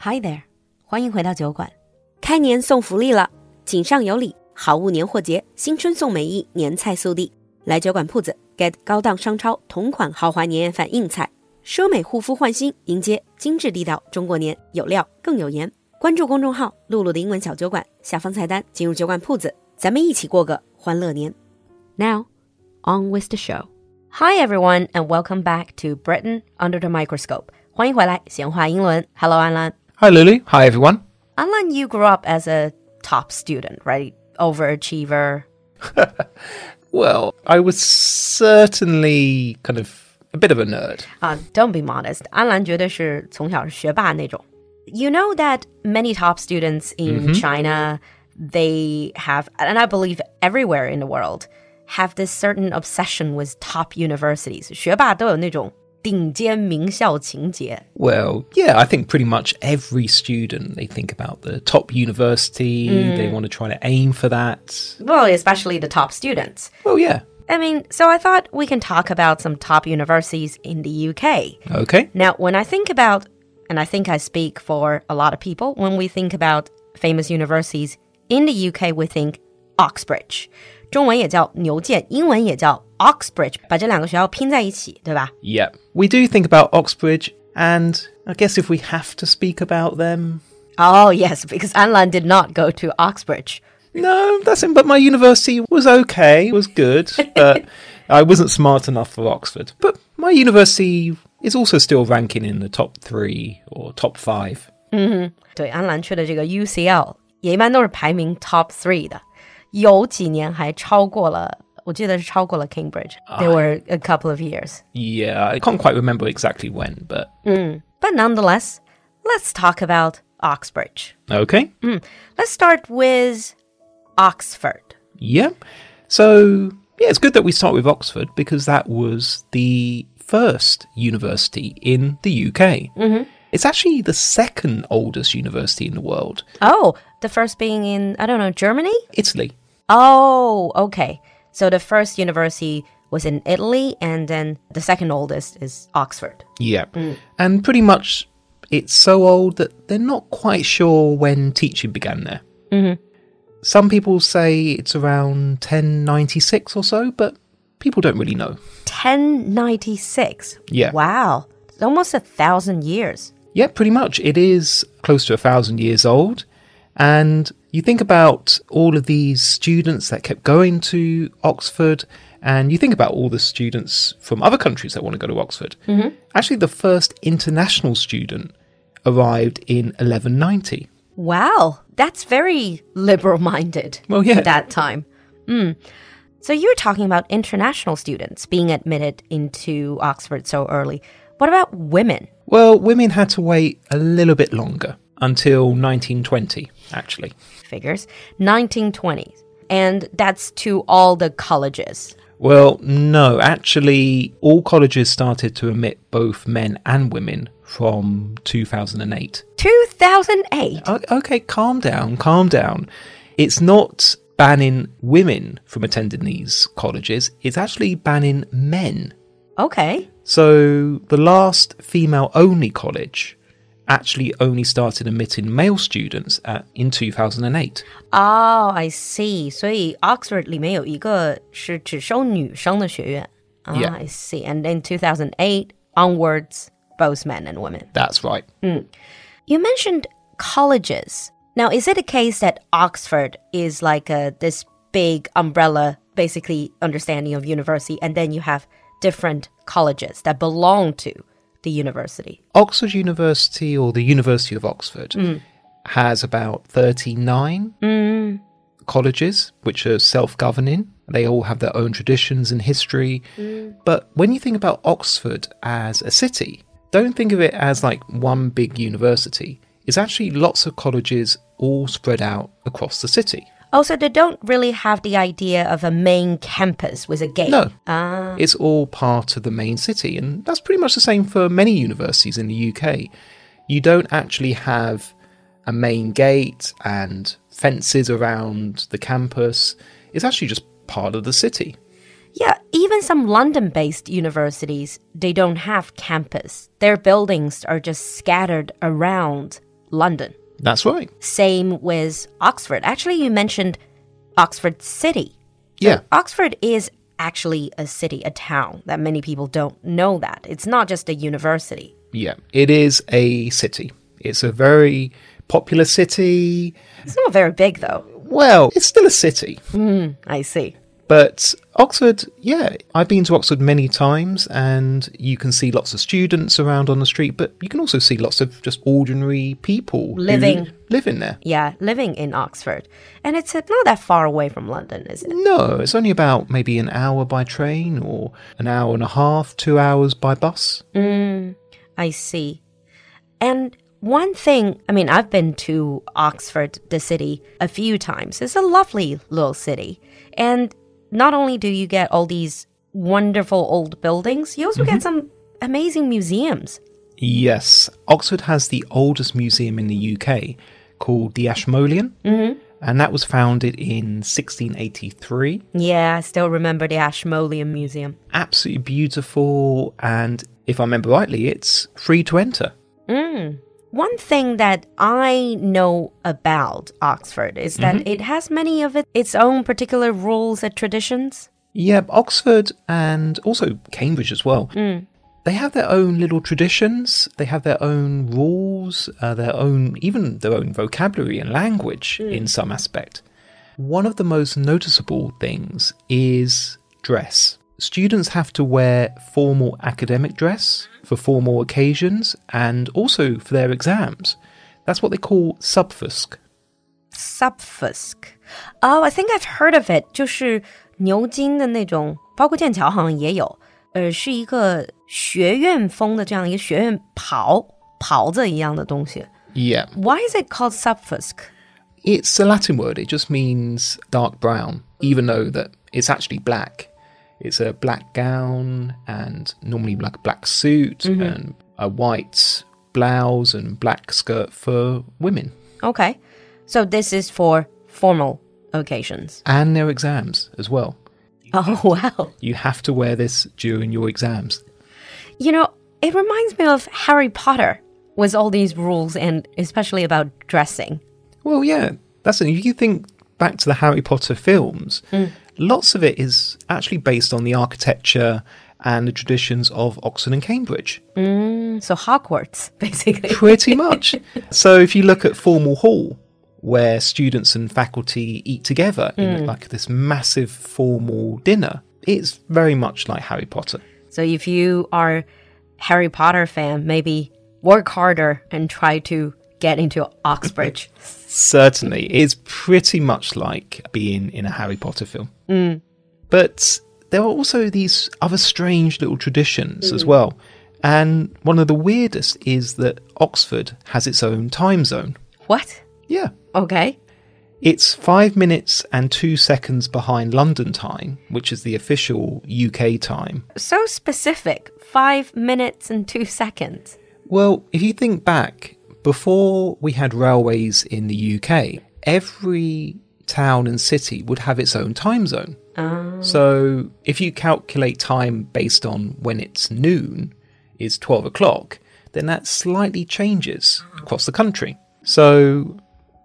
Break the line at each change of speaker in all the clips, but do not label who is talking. Hi there，欢迎回到酒馆。
开年送福利了，井上有礼，好物年货节，新春送美意，年菜速递。来酒馆铺子 get 高档商超同款豪华年夜饭硬菜，奢美护肤焕新，迎接精致地道中国年，有料更有颜。关注公众号“露露的英文小酒馆”，下方菜单进入酒馆铺子，咱们一起过个欢乐年。
Now, on with the show. Hi everyone, and welcome back to Britain under the microscope. 欢迎回来，闲话英伦。Hello, Alan.
Hi, Lulu. Hi, everyone.
Alan, you grew up as a top student, right? Overachiever.
Well, I was certainly kind of a bit of a nerd.
啊、d o n t Uh, be modest. 安兰绝对是从小是学霸那种。You know that many top students in China, they have, and I believe everywhere in the world, have this certain obsession with top universities. 学霸都有那种顶尖名校情节。
Well, yeah, I think pretty much every student, they think about the top university, they want to try to aim for that.
Well, especially the top students.
Well, yeah.
I mean, so I thought we can talk about some top universities in the UK.
Okay.
Now, when I think about, and I think I speak for a lot of people, when we think about famous universities in the UK, we think Oxbridge. 中文也叫牛剑，英文也叫 Oxbridge，把这两个学校拼在一起，对吧？
Yeah. We do think about Oxbridge, and I guess if we have to speak about them.
Oh, yes, because Anlan did not go to Oxbridge.
No, that's it. But my university was okay, was good, but I wasn't smart enough for Oxford. But my university is also still ranking in the top three or top five.
对，安兰去的这个 UCL 也一般都是排名 top three 的，有几年还超过了，我记得是超过了 Cambridge。There were a couple of years.
Yeah, I can't quite remember exactly when, but
But nonetheless, let's talk about Oxbridge.
okay.
Let's start with Oxford.
Yeah. So, yeah, it's good that we start with Oxford because that was the first university in the UK. Mm-hmm. It's actually the second oldest university in the world,
Oh, the first being in, I don't know, Germany?
Italy.
Oh, okay. So the first university was in Italy, and then the second oldest is Oxford.
Yeah. And pretty much it's so old that they're not quite sure when teaching began there. Mm-hmm. Some people say it's around 1096 or so, but people don't really know.
1096.
Yeah.
Wow. It's almost a thousand years.
Yeah, pretty much. It is close to a thousand years old. And you think about all of these students that kept going to Oxford, and you think about all the students from other countries that want to go to Oxford. Actually, the first international student arrived in 1190.
Wow, that's very liberal minded
Well, yeah.
at that time. Mm. So you're talking about international students being admitted into Oxford so early. What about women?
Well, women had to wait a little bit longer until 1920, actually.
Figures 1920s. And that's to all the colleges.
Well, no, actually, all colleges started to admit both men and women from 2008.
2008.
O- Okay, calm down, calm down. It's not banning women from attending these colleges, it's actually banning men.
Okay.
So, the last female only college actually only started admitting male students at, in 2008.
Oh, I see. 所以 Oxford 里面有一个是只收女生的学院。Ah,
Yeah.
I see. And in 2008 onwards, both men and women.
That's right.
You mentioned colleges. Now, is it a case that Oxford is like a this big umbrella, basically understanding of university, and then you have different colleges that belong to the university?
Oxford University or the University of Oxford has about 39 colleges which are self governing. They all have their own traditions and history. But when you think about Oxford as a city, don't think of it as like one big university. It's actually lots of colleges all spread out across the city.
Also, they don't really have the idea of a main campus with a gate.
No.
Ah,
It's all part of the main city, and that's pretty much the same for many universities in the UK. You don't actually have a main gate and fences around the campus, it's actually just part of the city.
yeah, even some London based universities, they don't have campus. Their buildings are just scattered around London.
That's right.
Same with Oxford. Actually, you mentioned Oxford City.
Yeah.
Oxford is actually a city, a town that many people don't know that. It's not just a university.
Yeah. It is a city. It's a very popular city.
It's not very big though.
Well, it's still a city.
I see.
But Oxford, yeah, I've been to Oxford many times and you can see lots of students around on the street, but you can also see lots of just ordinary people who
Living.
live in there.
Yeah, living in Oxford. And it's uh, not that far away from London, is it?
No, it's only about maybe an hour by train or an hour and a half, two hours by bus.
I see. And one thing, I mean, I've been to Oxford, the city, a few times. It's a lovely little city. And not only do you get all these wonderful old buildings, you also get some amazing museums.
Yes, Oxford has the oldest museum in the UK called the Ashmolean, and that was founded in 1683.
Yeah, I still remember the Ashmolean Museum.
Absolutely beautiful, and if I remember rightly, it's free to enter.
One thing that I know about Oxford is that it has many of it, its own particular rules and traditions.
Yeah, Oxford and also Cambridge as well.
Mm.
They have their own little traditions, they have their own rules, uh, their own, even their own vocabulary and language in some aspect. One of the most noticeable things is dress. Students have to wear formal academic dress for formal occasions and also for their exams. That's what they call subfusc.
Subfusc. Oh, I think I've heard of it. 就是牛津的那种，包括剑桥好像也有，呃，是一个学院风的这样一个学院袍袍子一样的东西。
Yeah.
Why is it called subfusc?
It's a Latin word. It just means dark brown, even though that it's actually black. It's a black gown and normally like a black suit and a white blouse and black skirt for women
Okay, so this is for formal occasions.
and their exams as well.
Oh wow.
You have to wear this during your exams.
You know, it reminds me of Harry Potter with all these rules and especially about dressing.
Well, yeah, that's it. If you think back to the Harry Potter films, lots of it is actually based on the architecture and the traditions of Oxford and Cambridge.
So Hogwarts, basically.
Pretty much. so if you look at formal hall, where students and faculty eat together in like this massive formal dinner, it's very much like Harry Potter.
So if you are Harry Potter fan, maybe work harder and try to get into Oxbridge.
Certainly, it's pretty much like being in a Harry Potter film. But there are also these other strange little traditions as well. And one of the weirdest is that Oxford has its own time zone.
what?
Yeah.
Okay.
It's five minutes and two seconds behind London time, which is the official UK time.
So specific. Five minutes and two seconds.
Well, if you think back, before we had railways in the UK, every town and city would have its own time zone. So if you calculate time based on when it's noon, is 12 o'clock, then that slightly changes across the country. So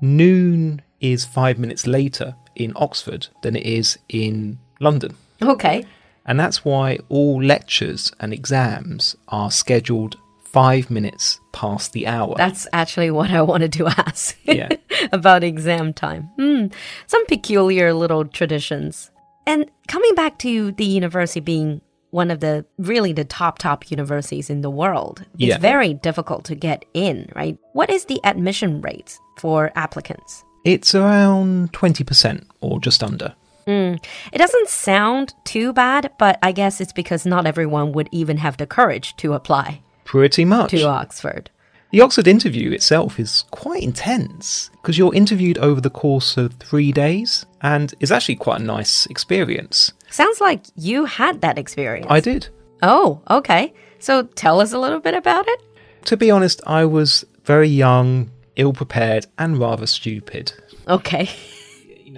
noon is five minutes later in Oxford than it is in London.
Okay.
And that's why all lectures and exams are scheduled five minutes past the hour.
That's actually what I wanted to ask
Yeah.
about exam time. Hmm. Some peculiar little traditions. And coming back to the university being one of the really the top top universities in the world,
Yeah.
it's very difficult to get in, right? What is the admission rate for applicants?
it's around 20% or just under.
Hmm. It doesn't sound too bad, but I guess it's because not everyone would even have the courage to apply
Pretty much.
to Oxford.
The Oxford interview itself is quite intense because you're interviewed over the course of three days and it's actually quite a nice experience.
Sounds like you had that experience.
I did.
Oh, okay. So tell us a little bit about it.
To be honest, I was very young, ill prepared, and rather stupid.
Okay.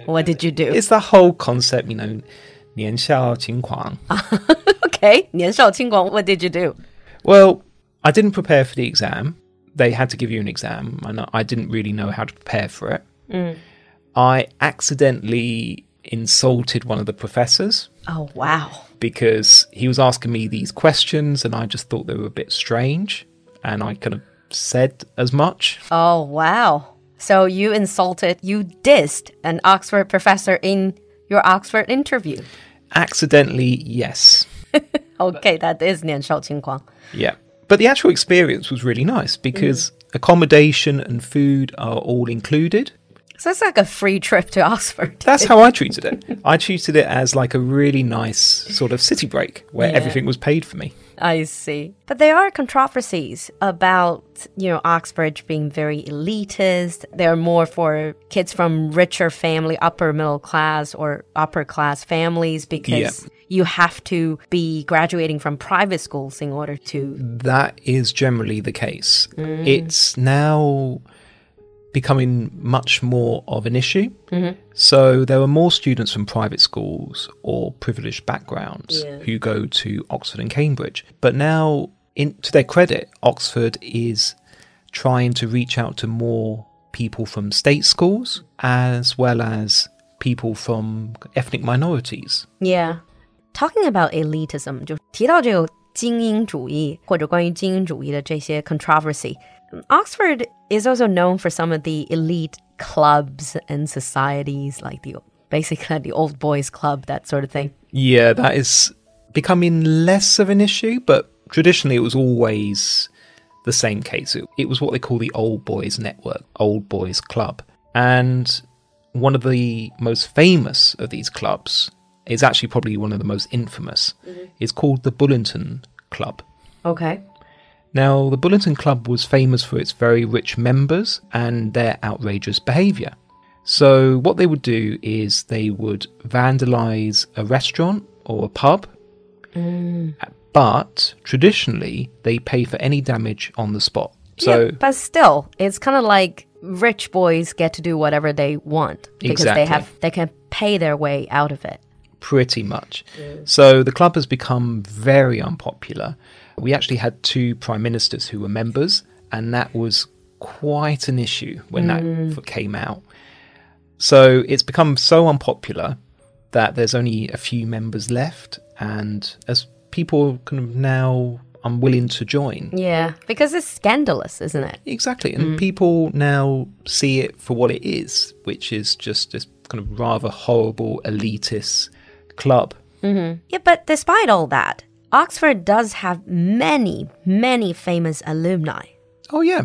what did you do?
It's the whole concept, you know, 年少轻狂.
okay. 年少轻狂, what did you do?
Well, I didn't prepare for the exam, they had to give you an exam, and I didn't really know how to prepare for it. I accidentally insulted one of the professors
Oh, wow.
because he was asking me these questions, and I just thought they were a bit strange, and I kind of said as much.
Oh, wow. So you insulted, you dissed an Oxford professor in your Oxford interview.
Accidentally, yes.
Okay, that is 年少轻狂.
Yeah. But the actual experience was really nice because accommodation and food are all included.
So it's like a free trip to Oxford.
That's how I treated it. I treated it as like a really nice sort of city break where everything was paid for me.
I see. But there are controversies about, you know, Oxbridge being very elitist. They're more for kids from richer family, upper middle class or upper class families because you have to be graduating from private schools in order to
That is generally the case. It's now becoming much more of an issue. So there are more students from private schools or privileged backgrounds who go to Oxford and Cambridge. But now, in, to their credit, Oxford is trying to reach out to more people from state schools as well as people from ethnic minorities.
Yeah. Talking about elitism, 就提到这个精英主义或者关于精英主义的这些 controversy. Oxford is also known for some of the elite clubs and societies, like the basically like the old boys club, that sort of thing.
Yeah, that is becoming less of an issue, but traditionally it was always the same case. It, it was what they call the Old Boys Network, Old Boys Club. And one of the most famous of these clubs is actually probably one of the most infamous. It's called the Bullington Club.
Okay.
Now, the Bulletin Club was famous for its very rich members and their outrageous behaviour. So, what they would do is they would vandalise a restaurant or a pub, but traditionally they pay for any damage on the spot. So,
yeah, but still, it's kind of like rich boys get to do whatever they want because
Exactly.
they have they can pay their way out of it.
pretty much. So, the club has become very unpopular. We actually had two prime ministers who were members, and that was quite an issue when that f- came out. So it's become so unpopular that there's only a few members left, and as people are kind of now unwilling to join.
Yeah, because it's scandalous, isn't it?
Exactly, and people now see it for what it is, which is just this kind of rather horrible elitist club.
Yeah, but despite all that, Oxford does have many, many famous alumni.
Oh yeah,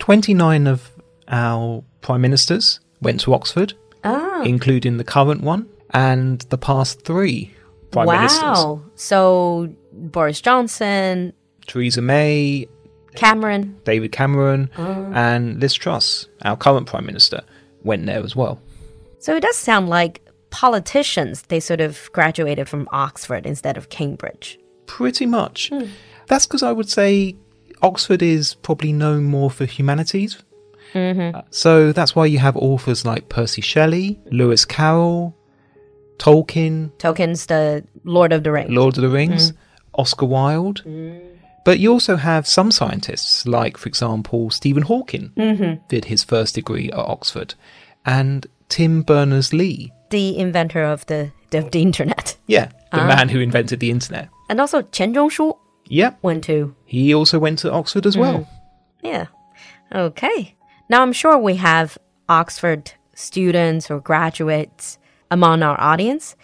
twenty nine of our prime ministers went to Oxford, Oh. including the current one and the past three prime ministers:
wow. So Boris Johnson,
Theresa May,
Cameron.
David Cameron and Liz Truss, our current Prime Minister, went there as well.
So it does sound like politicians, they sort of graduated from Oxford instead of Cambridge.
Pretty much. That's because I would say Oxford is probably known more for humanities. Uh, So that's why you have authors like Percy Shelley, Lewis Carroll, Tolkien,
Tolkien's the Lord of the Rings.
Lord of the Rings, Oscar Wilde. But you also have some scientists, like, for example, Stephen Hawking did his first degree at Oxford, and Tim Berners Lee.
the inventor of the, of the internet.
Yeah, the man who invented the internet.
And also Chen Zhongshu
Yeah,
went to
he also went to Oxford as well.
Yeah. Okay. Now, I'm sure we have Oxford students or graduates among our audience.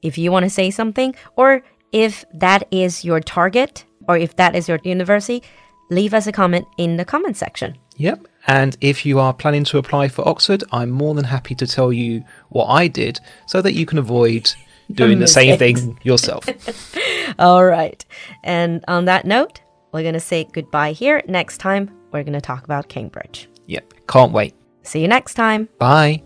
If you want to say something, or if that is your target, or if that is your university, leave us a comment in the comment section.
Yep. And if you are planning to apply for Oxford, I'm more than happy to tell you what I did so that you can avoid doing the same thing yourself.
All right. And on that note, we're going to say goodbye here. Next time, we're going to talk about Cambridge.
yep. Can't wait.
See you next time.
Bye.